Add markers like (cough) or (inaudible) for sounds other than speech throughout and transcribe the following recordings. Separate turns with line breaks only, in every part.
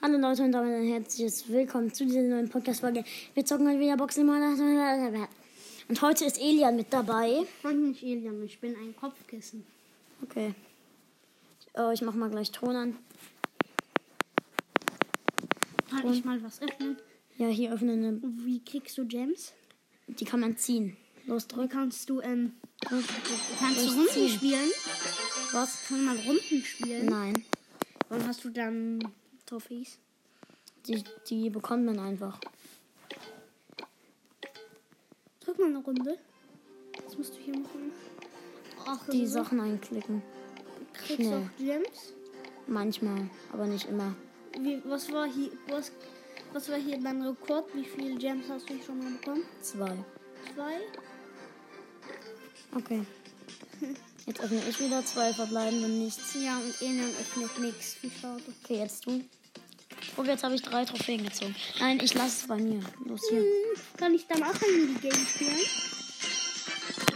Hallo Leute und damit ein herzliches Willkommen zu dieser neuen Podcast-Folge. Wir zocken heute wieder Boxing Simulator. Und heute ist Elian mit dabei.
Und nicht Elian, ich bin ein Kopfkissen.
Okay. Oh, ich mach mal gleich Ton an.
Kann ich mal was öffnen?
Ja, hier öffnen. eine-
Wie kriegst du Gems?
Die kann man ziehen. Los,
Wie
drück.
kannst du, ähm, kannst du
Ich
Runden
zieh.
spielen?
Was?
Kann man Runden spielen?
Nein.
Wann hast du dann Trophys?
Die, die bekommt man einfach.
Drück mal eine Runde. Was musst du hier machen? Ach,
Die
also,
Sachen einklicken.
Kriegst du
schnell.
auch Gems?
Manchmal, aber nicht immer.
Wie, was war hier, was, was war hier dein Rekord? Wie viele Gems hast du schon mal bekommen?
Zwei.
Zwei?
Okay. Jetzt öffne ich wieder zwei verbleibende nichts.
Ja, und Elian öffnet nichts. Wie schade.
Okay, jetzt du. Oh, jetzt habe ich drei Trophäen gezogen. Nein, ich lasse es bei mir. Los hier.
Kann ich dann auch ein Minigame spielen?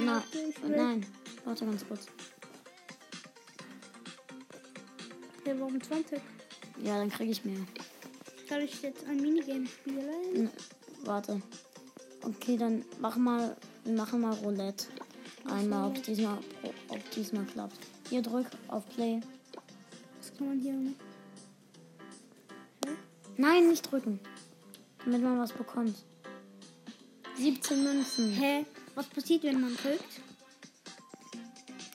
Na,
Okay, ich will-
nein, warte ganz kurz.
Wir waren 20.
Ja, dann kriege ich mehr.
Kann ich jetzt ein Minigame spielen?
N- Warte. Okay, dann mach mal, wir machen mal Roulette. Einmal, ob diesmal, ob diesmal klappt. Hier drück auf Play.
Was kann man hier machen?
Nein, nicht drücken. Damit man was bekommt. 17 Münzen.
Hä? Was passiert, wenn man drückt?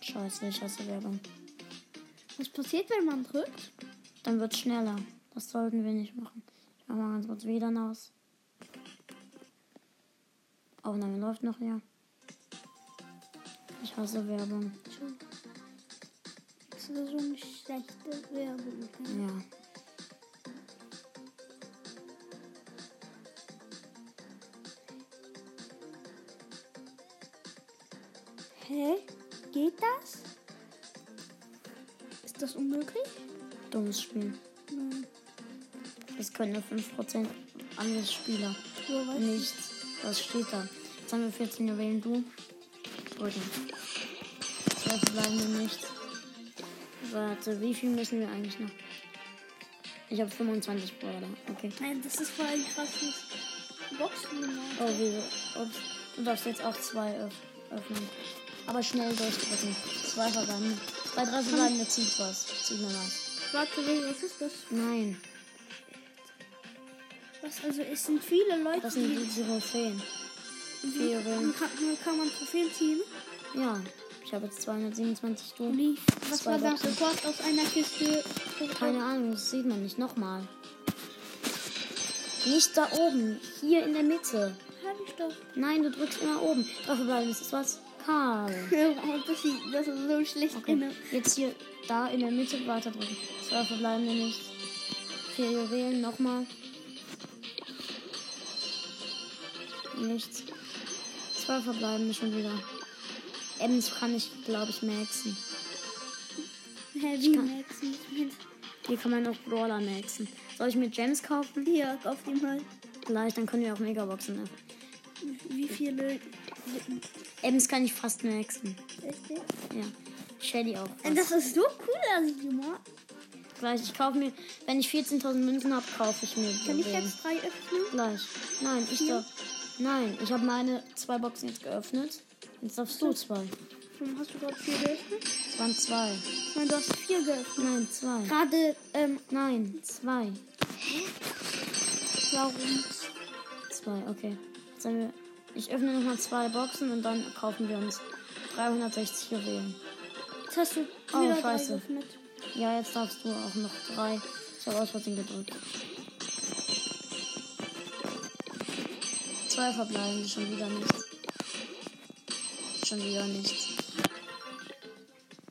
Scheiße, ich hasse Werbung.
Was passiert, wenn man drückt?
Dann wird's schneller. Das sollten wir nicht machen. Ich mach mal ganz kurz WLAN aus. Aufnahme läuft noch, ja. Ich hasse Werbung.
Schon. Das ist so eine schlechte Werbung.
Ja.
Hä? Geht das? Ist das unmöglich?
Dummes Spiel.
Nein.
Das können nur 5% andere Spieler.
Nur was?
Nichts. Was steht da? Jetzt haben wir 14 Juwelen, du. Brücken. Zwei verbleibende nichts. Warte, wie viel müssen wir eigentlich noch? Ich habe 25 Brawler. Okay.
Nein, das ist voll ein krasses Boxen.
Oh, wie, ups. Du darfst jetzt auch zwei öff öffnen. Aber schnell durchdrücken. Zwei verbleiben. Bei drei verbleiben, zieht was. Zieht mir was.
Warte, was ist das?
Nein,
Was, also, es sind viele Leute,
das sind
die...
die Trophäen.
die
Juwelen.
kann, kann man Trophäen ziehen?
Ja, ich habe jetzt 227
Und
Stunden.
wie- Was
Zwei
war dein
Boxen.
Rekord aus einer Kiste?
Keine Ahnung, das sieht man nicht. Nochmal. Nicht da oben, hier in der Mitte.
Hab ich doch. (laughs)
Nein, du drückst immer oben. Drauf verbleiben, das ist was? Karl.
Das ist, das ist so schlecht.
Okay. Jetzt hier, da in der Mitte weiter drücken. Zwei verbleibende nichts. Vier Juwelen, nochmal. Nichts. Zwei verbleibende schon wieder. Ems kann ich, glaube ich, maxen.
Heavy Max.
Hier kann man noch Brawler maxen. Soll ich mir Gems kaufen?
Hier, auf dem Hall.
Gleich, dann können wir auch ne? Megaboxen öffnen.
Wie viele.
Ems kann ich fast maxen.
Echt jetzt?
Ja. Shelly auch.
Und
Fast.
Das ist so cool, also Juma.
Gleich, ich kaufe mir, wenn ich 14.000 Münzen habe, kaufe ich mir.
Kann ich
Juwelen.
jetzt drei öffnen?
Gleich. Nein, ich
Ja.
darf. Nein, ich habe meine zwei Boxen jetzt geöffnet. Jetzt darfst du zwei.
Schon hast du gerade vier geöffnet?
Es waren zwei.
Nein, du hast vier geöffnet.
Nein, zwei.
Gerade, ähm,
Nein, zwei.
warum?
Zwei, okay. Jetzt haben wir, ich öffne nochmal zwei Boxen und dann kaufen wir uns 360 Juwelen.
Jetzt hast du
Oh,
wieder drei
scheiße.
geöffnet.
Ja, jetzt darfst du auch noch drei. Ich habe aus Versehen gedrückt. Zwei verbleiben, schon wieder nichts. Schon wieder nichts.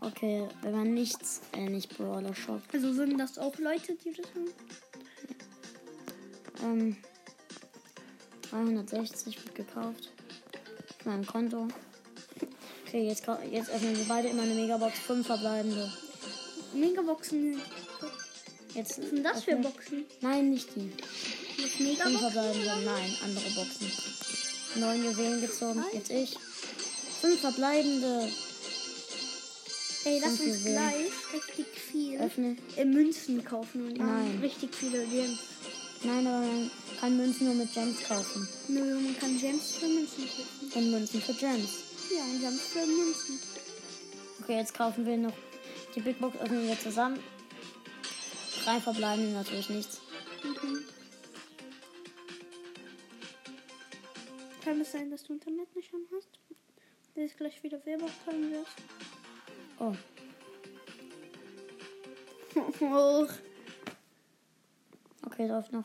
Okay, wenn man nichts, äh, nicht Brawler Shop.
Also sind das auch Leute, die das haben?
Ähm, 360 wird gekauft. Auf meinem Konto. Okay, jetzt, kau- jetzt öffnen wir beide immer eine Megabox. Fünf verbleibende.
Megaboxen.
Jetzt
Was sind das für Boxen?
Nein, nicht die.
Mit
Fünf
Megaboxen?
verbleibende, nein, andere Boxen. Neun Juwelen gezogen, jetzt ich. Fünf verbleibende.
Ey, lass
Danke
uns
sehr.
gleich richtig viel
Öffne.
äh, Münzen kaufen und dann
Nein.
richtig viele Gems.
Nein, aber man kann Münzen nur mit Gems kaufen.
Nö, man kann Gems für Münzen kaufen.
Und Münzen für Gems.
Ja, und Gems für Münzen.
Okay, jetzt kaufen wir noch. Die Big Box öffnen wir zusammen. Drei verbleiben natürlich nichts.
Mhm. Kann es sein, dass du Internet nicht an hast? Dass ich gleich wieder Werbung teilen (laughs) wirst?
Oh,
Och.
okay, läuft noch.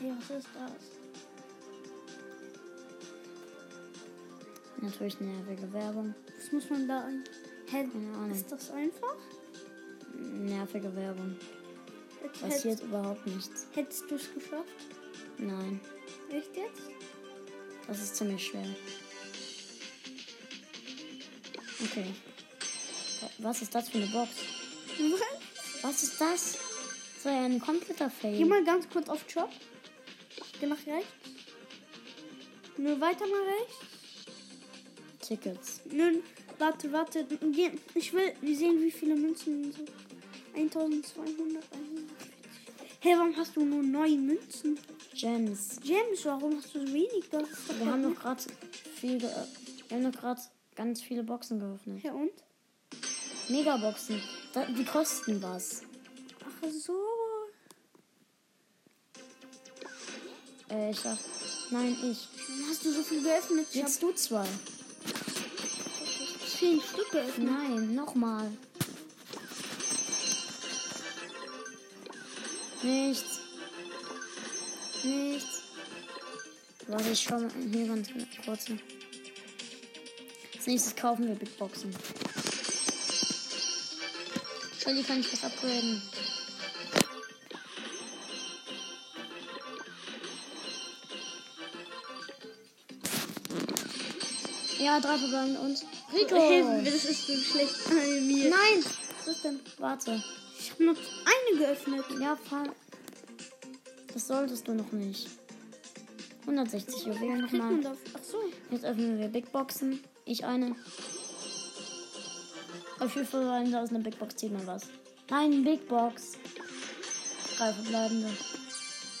Ey, was ist das?
Natürlich nervige Werbung.
Was muss man da an? Hä?
Keine Ahnung.
Ist das einfach?
Nervige Werbung.
Okay,
Passiert
hättest
überhaupt nichts.
hättest du es geschafft?
Nein,
Echt jetzt?
das ist ziemlich schwer. Okay. Was ist das für eine Box? Was ist das? So ein
Geh
Computerfake.
mal ganz kurz auf Job. Geh nach rechts. Nur weiter mal rechts.
Tickets.
Nun, warte, warte. Geh. Ich will wir sehen, wie viele Münzen sind. 1200. 140. Hey, warum hast du nur neun Münzen?
Gems.
James, warum hast du so wenig? Das ist doch
Wir haben
voll-
noch gerade viel ge Wir haben noch gerade ganz viele Boxen geöffnet.
Ja und?
Megaboxen. Da, die kosten was.
Ach so.
Äh, ich sag. Nein, ich.
Warum hast du so viel geöffnet? Ich
Jetzt du zwei.
habe zehn Stück geöffnet.
Nein, nochmal. Nichts. Nichts. Warte, ich schau mal hier ganz kurz. hin. Als nächstes kaufen wir Big Boxen. Entschuldigung, kann ich was upgraden? Ja, drei verbleibende und Rico.
Hey, das ist so schlecht an mir.
Nein!
Was ist denn?
Warte.
Ich habe nur eine geöffnet.
Ja, fahr. Das solltest du noch nicht. 160 Juwelen
Kriegt
nochmal.
man dafür? Ach so.
Jetzt öffnen wir Big Boxen. Ich eine. Auf jeden Fall rein, da ist eine Big Box. Zieht mal was. Nein, Big Box. Drei verbleibende.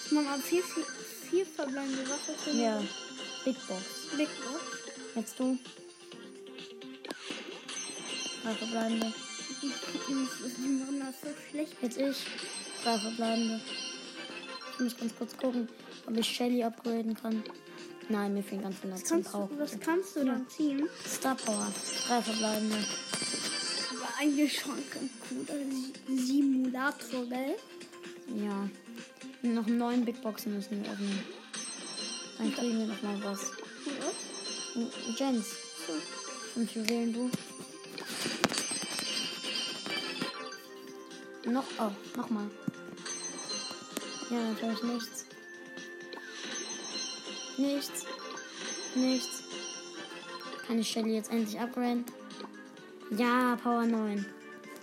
Dass man mal vier, vier, vier verbleibende Waffen findet.
Ja. Big Box.
Big Box.
Jetzt du. Drei verbleibende.
Die machen das so schlecht.
Jetzt ich. Drei verbleibende. Ich muss ganz kurz gucken, ob ich Shelly upgraden kann. Nein, mir fehlen ganz 110
Was kannst,
auch.
du, was kannst du dann ziehen?
Star Power. Drei verbleibende.
Aber eigentlich schon ein guter Si- Simulator, gell?
Ja. Noch neun Big Boxen müssen wir öffnen. Dann kriegen wir noch mal was.
Oder?
Und Jens,
So. (laughs)
und wir wählen du. Noch, oh, noch mal. Ja, natürlich nichts. Nichts. Nichts. Kann ich Shelly jetzt endlich upgraden? Ja, Power 9.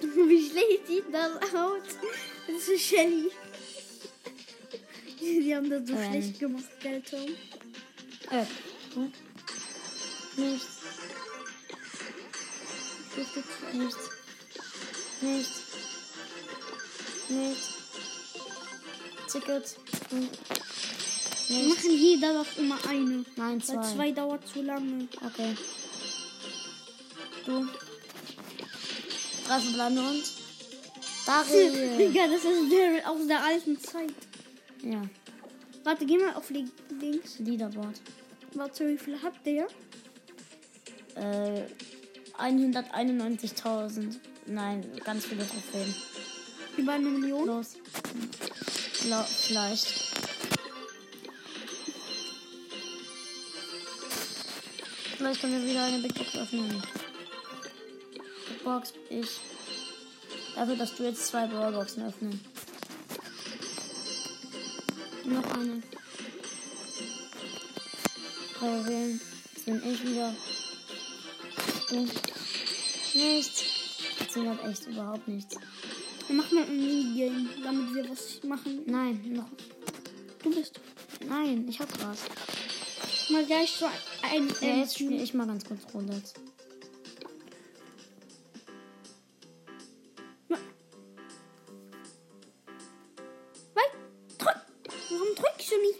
Wie schlecht sieht das aus? Das ist Shelly. (laughs) Die die haben das so
Ähm.
schlecht gemacht, gell, Tom?
Äh, hm? Nichts.
Ich dürfte zwei.
Nichts. Nichts. Nichts. Ticket. Hm.
Wir
Nichts.
machen jeder doch immer eine.
Nein,
Weil
zwei.
zwei dauert zu lange.
Okay. Du. Drei verbleibende und.
(laughs)
Daryl.
Digga, das ist Daryl aus der alten Zeit.
ja,
Warte, geh mal auf die Dings.
Leaderboard.
Warte, wie viele habt ihr?
Äh, 191.000. Nein, ganz viele Trophäen.
Über eine Million?
Los. Lau- vielleicht. Vielleicht können wir wieder eine Big Box öffnen. Big Box, ich. Dafür, dass du jetzt zwei Brawlboxen öffnen. Noch eine. Drei Juwelen. Jetzt bin ich wieder. Du. Nichts. Jetzt sind halt echt überhaupt nichts.
Dann machen wir ein Minigame, damit wir was machen.
Nein, noch
Du bist
Nein, ich hab was. Ähm,
mal gleich so ein. ein
Ja, jetzt spiele ich mal ganz kurz Roulette.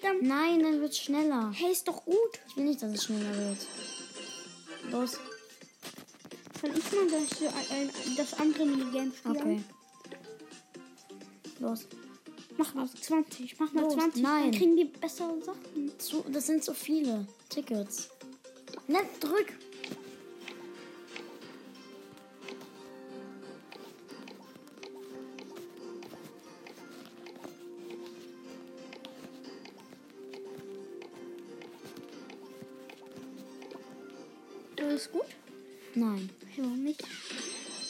dann.
Nein, dann wird's schneller.
Hey, ist doch gut.
Ich will nicht, dass es schneller wird. Los.
Kann ich mal das, äh, das andere Minigame spielen?
Okay. Los.
Mach mal 20. Mach mal
Los,
20.
nein.
Dann kriegen die bessere Sachen.
Zu, das sind so viele Tickets. Na, drück.
Das ist gut.
Nein.
Hey, warum nicht?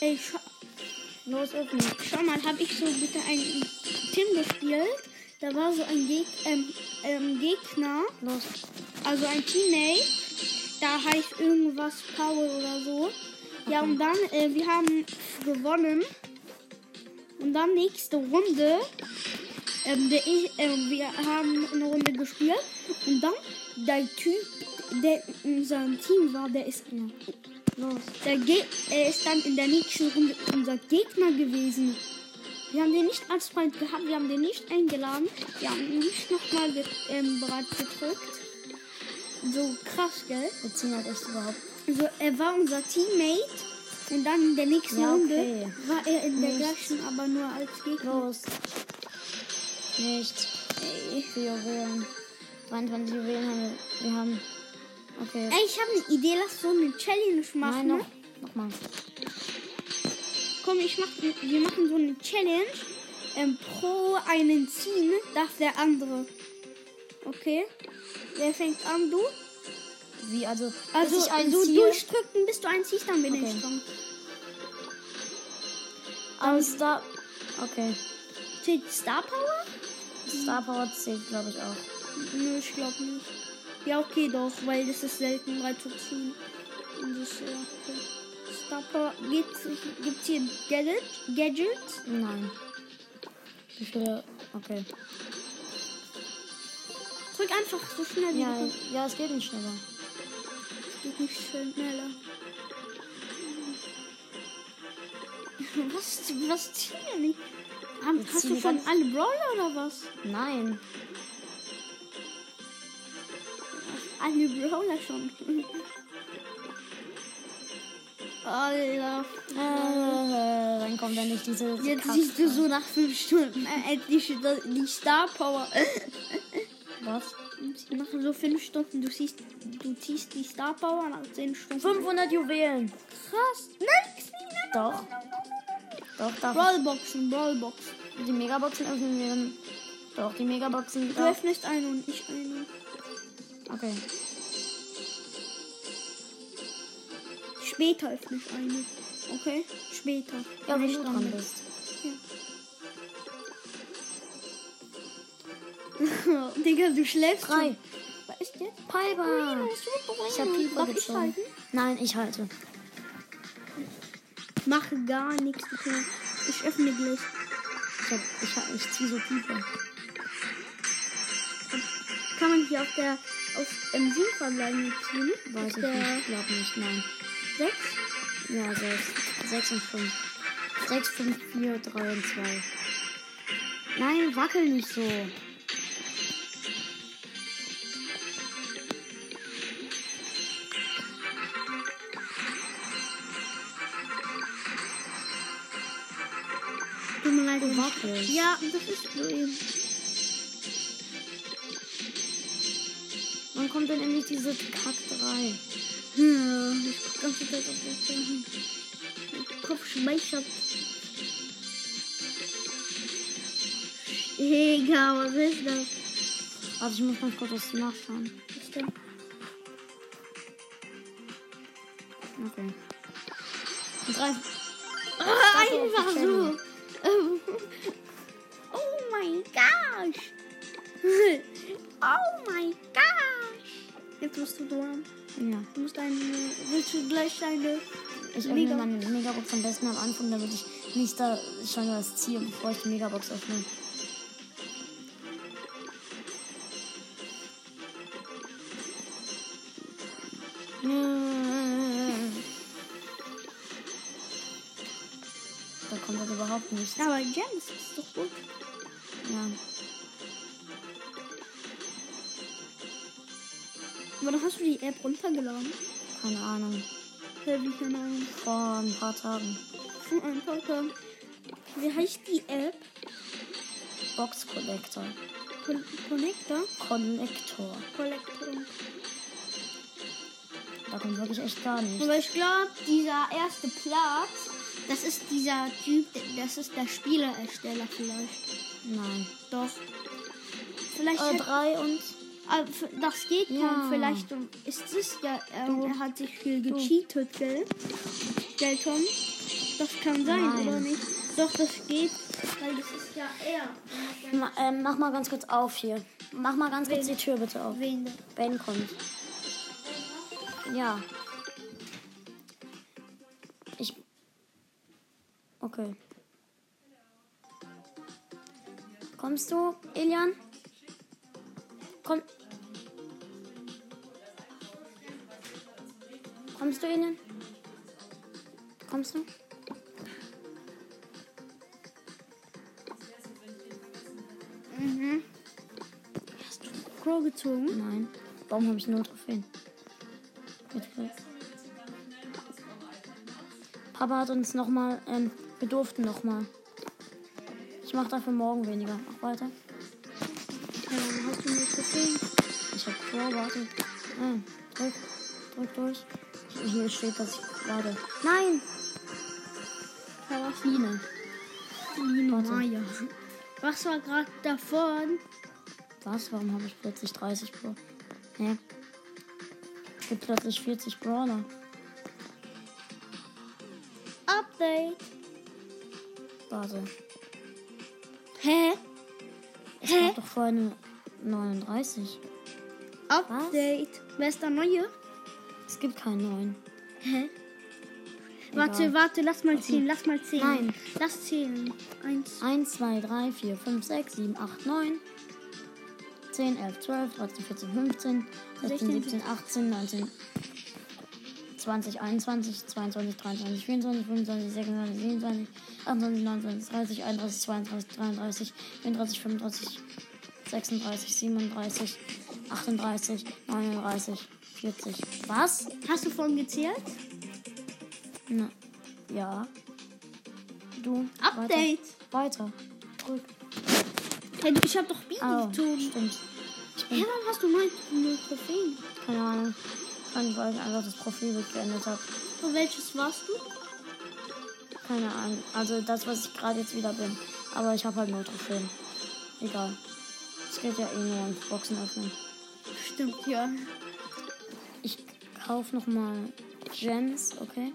Ey, schau,
Los, öffnen.
schau mal, habe ich so bitte ein Team gespielt. Da war so ein Geg ähm, ähm, Gegner,
Los.
also ein Teammate. Da heißt irgendwas Paul oder so. Ja, und dann, äh, wir haben gewonnen. Und dann nächste Runde. Ähm, der ich, ähm, wir haben eine Runde gespielt. Und dann der Typ, der in unserem Team war, der ist
Ja. Los.
Der Ge er ist dann in der nächsten Runde unser Gegner gewesen. Wir haben den nicht als Freund gehabt, wir haben den nicht eingeladen, wir haben ihn nicht nochmal ge ähm, bereit gedrückt. So krass, gell?
Wir ziehen halt echt überhaupt.
Also er war unser Teammate und dann in der nächsten
Ja, okay.
Runde war er in der
Nicht.
gleichen, aber nur als Gegner.
Los. Nicht.
Ey.
Vier Juwelen. 22 Juwelen haben wir. Wir haben. Okay.
Ey, ich habe eine Idee, lass so eine Challenge machen.
Nein, noch. Nochmal.
Komm, ich mach, wir machen so eine Challenge. Ähm, pro einen ziehen darf der andere. Okay? Wer fängt an? Du?
Wie, also.
Also,
dass ich einen
so
ziehe,
durchdrücken, bis du einen ziehst, dann bin
Okay.
ich dran.
aber Star. Okay.
Zählt Star Power?
Star Power zählt, glaube ich, auch.
Nö, ich glaube nicht. Ja, okay, doch, weil das ist selten, drei zu ziehen. Und das, ja, okay. Star Power. Gibt's, gibt's hier Gadget? Gadgets?
Nein. Wie viele. Okay.
Drück einfach so schnell wie
Ja,
du
ja, es geht nicht schneller.
Geht nicht schneller. Was, was ziehen wir nicht? Haben-
Wir
Hast
ziehen
du schon
ganz-
alle Brawler oder was?
Nein.
Alle Brawler schon. Alter.
Äh, dann kommt dann nicht diese.
Jetzt
Katze.
siehst du so nach fünf Stunden endlich die, die Star Power.
Was?
Nach so fünf Stunden, du siehst, du ziehst die Star Power nach zehn Stunden.
500 Juwelen.
Krass. Nein, Xi, nein,
Doch. Doch,
nein.
darf
Brawlboxen, Brawlboxen.
ich. Die Megaboxen öffnen wir dann. Doch, die Megaboxen.
Du
Darf.
öffnest eine und ich eine.
Okay.
Später öffne ich eine. Okay? Später.
Ja, wenn
Eine
du dran
Stunde.
bist.
(laughs) Digga, du schläfst.
Drei.
schon. Was ist jetzt?
Piper. Ich hab Piper
Darf ich
gezogen.
halten?
Nein, ich halte.
Mach gar nichts, Digga. Ich öffne gleich.
Ich, hab, ich, hab, ich zieh so Piper.
Kann man hier auf der auf im Siebverbleibenden ziehen?
Weiß
auf
ich
der
nicht. Glaub nicht, nein.
sechs?
Ja, 6. 6 und 5. 6, 5, 4, 3 und 2. Nein, wackel nicht so.
Tut mir leid,
Du
Mensch.
wackelst.
Ja, das ist so eben.
Wann kommt denn endlich diese Kack 3?
Hm, ich guck ganze Zeit auf das Ding. Mein Kopf speichert. Digga, was ist das?
Warte, ich muss ganz kurz das nachschauen.
Was ist denn?
Okay. Drei.
Ah,
Das ist
(laughs) einfach so.
offiziell.
Ähm, (laughs) oh mein gosh. (laughs) Oh mein gosh. Jetzt musst du dran.
Ja.
Du musst deine. Willst du gleich deine.
Ich öffne
Mega.
meine Megabox am besten am Anfang, damit ich nicht da schon was ziehe, bevor ich die Megabox öffne. Da kommt das überhaupt nichts.
Aber Gems ist doch gut.
Ja.
Wann hast du die App runtergeladen?
Keine Ahnung.
Äh, wie keine Ahnung.
Vor ein paar Tagen.
Von einem Poker. Wie heißt die App?
Box Collector.
Con Connector?
Collector.
Collector.
Da kommt wirklich echt gar nichts.
Aber ich glaube, dieser erste Platz, das ist dieser Typ, das ist der Spielerersteller vielleicht.
Nein.
Doch. Vielleicht
Äh,
hat,
drei und
aber f- das geht ja.
Ja.
vielleicht um, ist es ja, ähm, er hat sich viel gecheatet, gell? Gell, Tom? Das kann sein,
Nein.
oder nicht? Doch, das geht, weil das ist ja er.
Ma ähm, mach mal ganz kurz auf hier. Mach mal ganz kurz die Tür bitte auf.
Wen denn?
Ben kommt. Ja. Ich. Okay. Kommst du, Elian? Komm. Kommst du, Elian? Kommst du?
Mhm. Crow gezogen.
Nein. Warum habe ich nur Trophäen? Mit Glück. Papa hat uns nochmal, ähm, wir durften nochmal. Ich mache dafür morgen weniger. Mach weiter.
Ja, dann hast du mir gesehen.
Ich habe vor, warte. Nein, drück. Drück durch. Hier steht, dass ich warte. Nein!
Da war
Biene.
Lina
Warte.
Maya. Was war gerade davon?
Was? Warum habe ich plötzlich 30 Brawler? Hä? Ich bin plötzlich 40 Brawler.
Update.
Warte.
Hä?
Ich habe doch vorhin 39.
Update. Wer ist der Neue?
Es gibt keinen neuen.
Hä? Warte, warte, lass mal zählen, lass mal zählen.
Nein.
Lass zählen. Eins.
1, 2, 3, 4, 5, 6, 7, 8, 9, 10, 11, 12, 13, 14, 15, 16, 17, 18, 19, 20, 21, 22, 23, 24, 25, 26, 27, 28, 29, 30, 31, 32, 33, 34, 35, 36, 37, 38, 39, 40. Was?
Hast du vorhin gezählt?
Na, ja. Du.
Update.
Weiter. weiter. Drück.
Hä, du- ich hab doch Bienen
Au,
gezogen.
stimmt. Ich
Oh. Hä,
bin,
warum hast du neun null Trophäen?
keine Ahnung, kann, weil ich einfach das Profilbild geändert habe.
Von welches warst du?
Keine Ahnung. Also das, was ich gerade jetzt wieder bin. Aber ich habe halt nur Trophäen. Egal. Es geht ja eh nur um Boxen öffnen.
Stimmt, ja.
Ich kauf noch mal Gems, okay?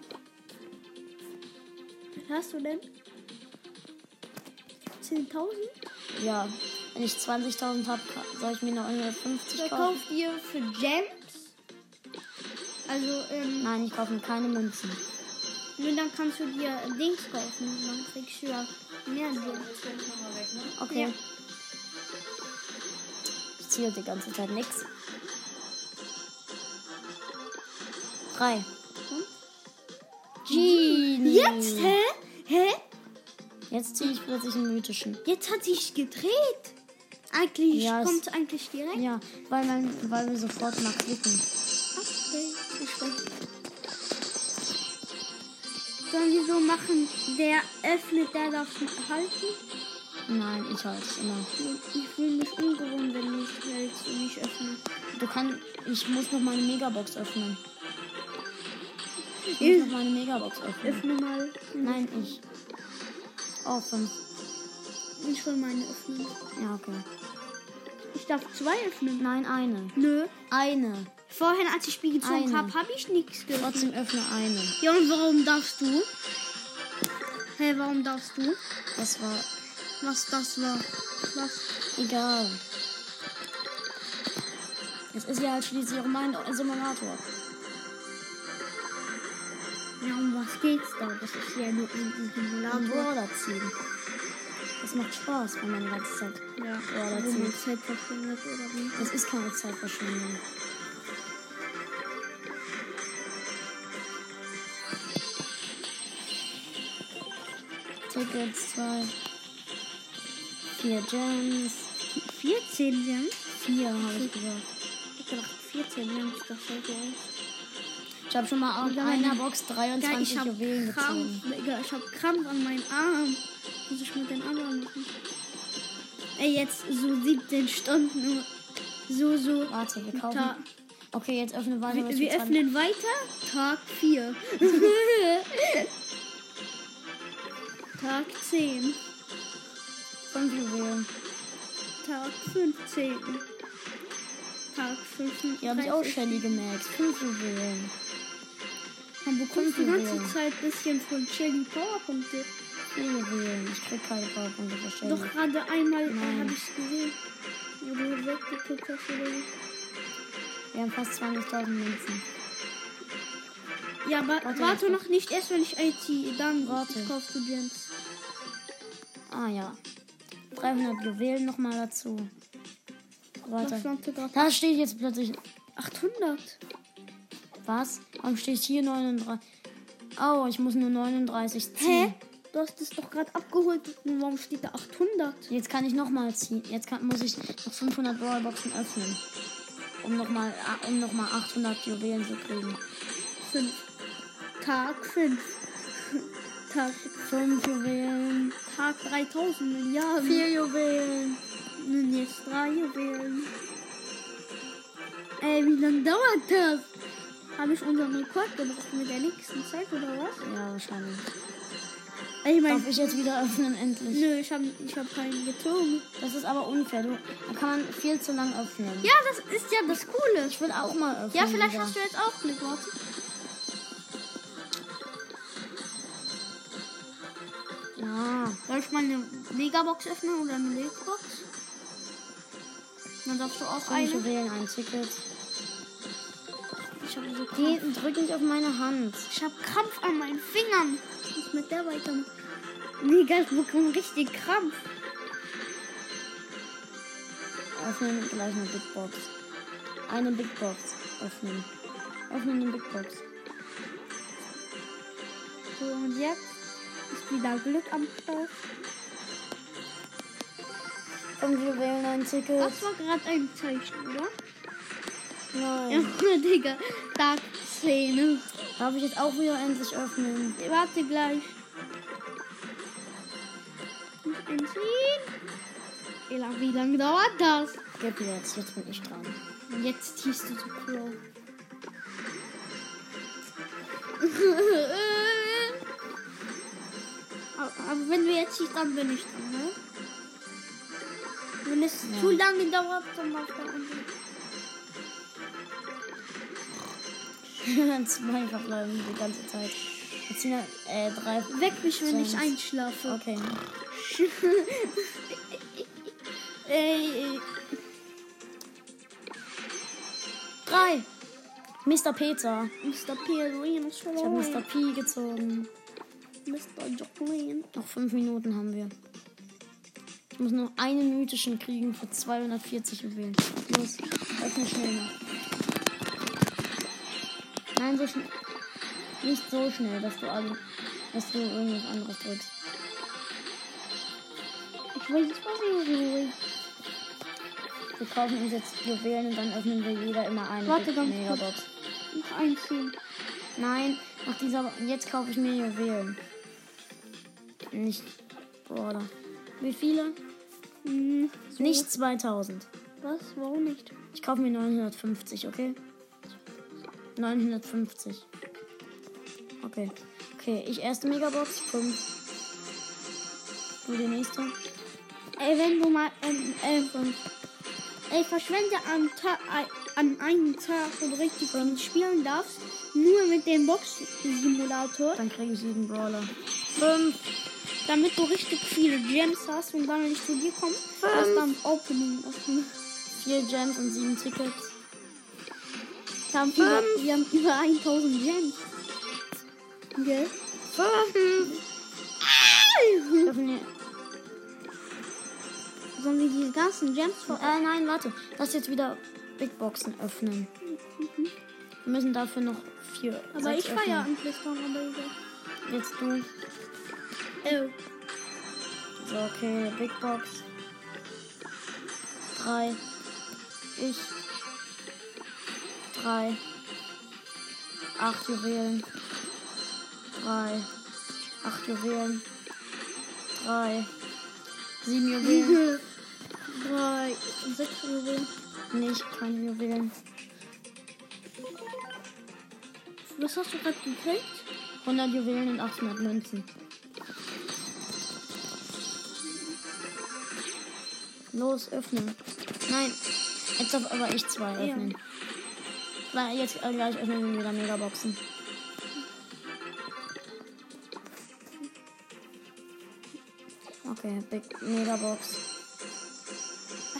Was hast du denn? 10.000?
Ja. Wenn ich 20.000 habe, soll ich mir noch 150 kaufen?
Verkauft ihr für Gems? Also, ähm,
Nein, ich kaufe mir keine Münzen.
nur dann kannst du dir äh, Dings kaufen. Dann kriegst du ja mehr Gems.
Okay.
Ja.
Ich ziehe die ganze Zeit nichts. Drei. Genie.
Hm? Jetzt, hä? Hä?
Jetzt ziehe ich plötzlich einen mythischen.
Jetzt hat sich gedreht. Eigentlich
Ja, es-
kommt eigentlich direkt.
Ja, weil, man, weil wir sofort mal klicken.
Okay, ich weiß. Sollen wir so machen, der öffnet, der darf es halten?
Nein, ich halte es immer.
Ich fühle mich ungewohnt, wenn ich es nicht öffne.
Du kannst. Ich muss noch meine Megabox öffnen. Ich muss
Ich
noch meine Megabox öffnen.
öffne mal.
Nein, ich. Oh, fünf.
Ich will meine öffnen.
Ja, okay.
Ich darf zwei öffnen.
Nein, eine.
Nö.
Eine.
Vorhin, als ich Spiel gezogen
Eine.
habe, habe ich nichts gehört.
Trotzdem öffne eine.
Ja, und warum darfst du? Hä, warum darfst du?
Das war
Was das war? Was?
egal. Es ist ja halt schließlich auch mein Simulator.
Ja, um was geht's da? Das ist ja nur ein
Am
Simulator.
Brawler ziehen. Das macht Spaß, wenn man die ganze Zeit.
Ja,
das
wo
ist-
man Zeit verschwendet oder wie?
Das ist keine Zeitverschwendung. Tickets, zwei. Vier Gems.
14 Gems?
Vier, habe ich gesagt.
Hm. Ich hab gedacht, 14, ja, das sollte ja.
Ich habe schon mal aus
Und dann
einer
meine-
Box
Digga, ich
23
hab
Juwelen gezogen.
Krampf, Digga, ich hab Krampf an meinem Arm. Muss ich mit den anderen machen. Ey, jetzt so 17 Stunden. nur. So, so.
Warte, wir
Ta
kaufen. Okay, jetzt öffnen wir
wir,
was
wir
dran-
öffnen weiter. Tag
(laughs)
4. (laughs) Tag 10.
fünf Juwelen.
Tag 15. Tag 15.
Hier habe ich auch Shelly gemerkt. Fünf Juwelen.
Man bekommt die
Fünf
ganze
Juwelen.
Zeit ein bisschen von Chili Powerpunkte.
Vier Juwelen. Ich krieg keine Powerpunkte für Shelly.
Doch gerade einmal äh,
Nein.
habe ich gesehen, wo du weggekickt hast oder so.
Wir haben fast 20.000 Münzen.
Ja, aber
Warte,
warte,
ich
noch nicht erst, wenn ich IT, dann
Warte.
kaufst du Gems.
Ah ja. 300 Juwelen nochmal dazu.
Was
Warte.
stand da drauf?
Da steht jetzt plötzlich
800.
Was? Warum steht hier 39? Oh, ich muss nur 39 ziehen.
Hä? Du hast es doch gerade abgeholt. Nun, Warum steht da 800?
Jetzt kann ich nochmal ziehen. Jetzt kann, muss ich noch 500 Brawlboxen öffnen. Um nochmal um noch mal 800 Juwelen zu kriegen.
5. Tag 5. (laughs) Tag,
5 Juwelen.
Tag 3000 Milliarden.
4 Juwelen.
Nun jetzt drei Juwelen. Ey, wie lange dauert das? Habe ich unseren Rekord gebrochen mit der nächsten Zeit oder was?
Ja, wahrscheinlich.
Ey, Ich
Darf
meine,
ich jetzt wieder öffnen, endlich?
nö, ich habe ich hab keinen gezogen.
Das ist aber unfair. Du, da kann man viel zu lang öffnen.
Ja, das ist ja das Coole.
Ich will auch mal öffnen.
Hm, Ja, vielleicht
wieder.
hast du jetzt auch Glück, warte.
Ja.
Soll ich mal eine Megabox öffnen oder eine Legbox? Dann darfst du auch
5
eine.
Juwelen, ein Ticket.
Ich habe so
Geh, drück nicht auf meine Hand.
Ich hab Krampf an meinen Fingern. Ich muss mit der weitermachen. Mega, ich bekomme richtig Krampf.
Öffnen gleich eine Big Box. Eine Big Box öffnen. Öffnen die Big Box.
So, und jetzt ist wieder Glück am Start.
Komm, wir wählen ein Ticket.
Das war gerade ein Zeichen, oder?
Nein.
Ja, (laughs) Digga. Tag 10.
Darf ich jetzt auch wieder endlich öffnen?
Warte gleich. Nicht entziehen. Ela, wie lange dauert das?
Gib jetzt, jetzt bin ich (laughs) dran.
Und jetzt ziehst du zu Crow. (laughs) aber, aber wenn du jetzt nicht dran bin ich dran, ne? Wenn es
Ja.
zu lange dauert, dann mach da unten.
Zwei verbleiben die ganze Zeit. Wir ziehen ja, äh, drei.
Weck mich, wenn ich
Sonst-
einschlafe.
Okay.
Ey, ey.
Drei. Mr. Peter.
Mr. Pierre ist
Ich habe Mr.
verloren.
P gezogen.
Mr. Jacqueline.
Noch fünf Minuten haben wir. Ich muss nur einen mythischen kriegen für 240 Juwelen. Los, öffne schnell noch. Nein, so schnell. Nicht so schnell, dass du, alle, dass du irgendwas anderes drückst.
Ich weiß nicht, was ich will.
Wir kaufen uns jetzt Juwelen und dann öffnen wir jeder immer eine
Warte,
Big
ganz
Megabox.
Noch einziehen.
Nein, nach dieser. Jetzt kaufe ich mir Juwelen. Nicht. Bruder. Wie viele?
Hm, so.
Nicht 2000.
Was? Warum nicht?
Ich kaufe mir 950, okay? 950. Okay. Okay, ich erste Megabox, 5. Du die nächste.
Ey, wenn du mal ähm, ähm, von- ey, verschwende am Tag, an einem Tag und richtig viel spielen darfst, nur mit dem Box-Simulator,
Dann kriege ich jeden Brawler. 5.
damit du richtig viele Gems hast und dann, wenn ich zu dir komme, hast du am Opening öffnen.
4 Gems und 7 Tickets.
Wir haben, über, wir haben über 1000 Gems. Gell?
Ich öffne mir-
Sollen wir diese ganzen Gems ver...
Äh, nein, warte. Lass jetzt wieder Big Boxen öffnen. Wir müssen dafür noch 4.
Aber ich war ja am Playstone, aber egal.
Jetzt du.
Äh,
So, okay, Big Box. 3. Ich. Drei. Acht Juwelen. Drei. Acht Juwelen. Drei. Sieben Juwelen.
Mhm. Äh, Drei, sechs Juwelen.
Nicht keine Juwelen.
Was hast du gerade gekriegt?
100 Juwelen und 800 Münzen. Los, öffnen. Nein, jetzt darf aber ich zwei
Ja.
öffnen. Weil jetzt äh, gleich öffnen wir wieder Megaboxen. Okay, Big Megabox.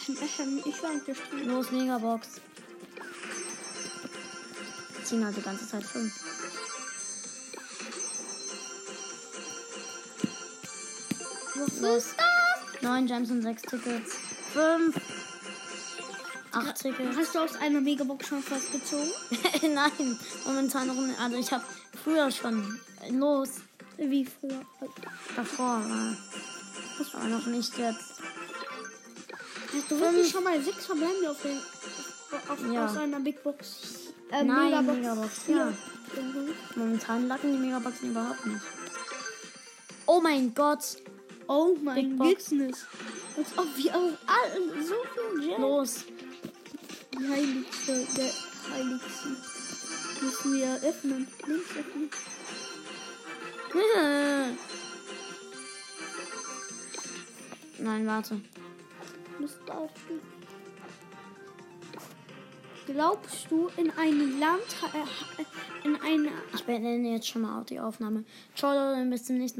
Ähm, ähm, Ich war eingeschrieben.
Los, Megabox. Ziehen halt die ganze Zeit fünf.
Was
Los.
ist das?
Neun Gems und sechs Tickets. Fünf. Acht Tickets. (laughs)
Hast du aus einer Megabox schon was gezogen?
Nein, momentan noch nicht. Also ich habe früher schon los
Wie früher.
davor. war- Das war noch nicht jetzt.
Hast du wirklich schon mal sechs verbleibende auf den, auf,
Ja.
aus einer Big Box? Äh,
Nein, Megabox, ja.
Mhm.
Momentan lacken die Megaboxen überhaupt nicht. Oh mein Gott.
Oh mein
Big Box.
Business. Als ob wir auf all, so viel Geld.
Los.
Oh.
(laughs)
Die heiligste, der heiligste. Müssen wir öffnen. Links öffnen.
Nein, warte.
Müssen wir aufgehen. Glaubst du, in einem Land, äh, in einer
Ich beende jetzt schon mal auch die Aufnahme. Ciao Leute, und bis zum nächsten Mal.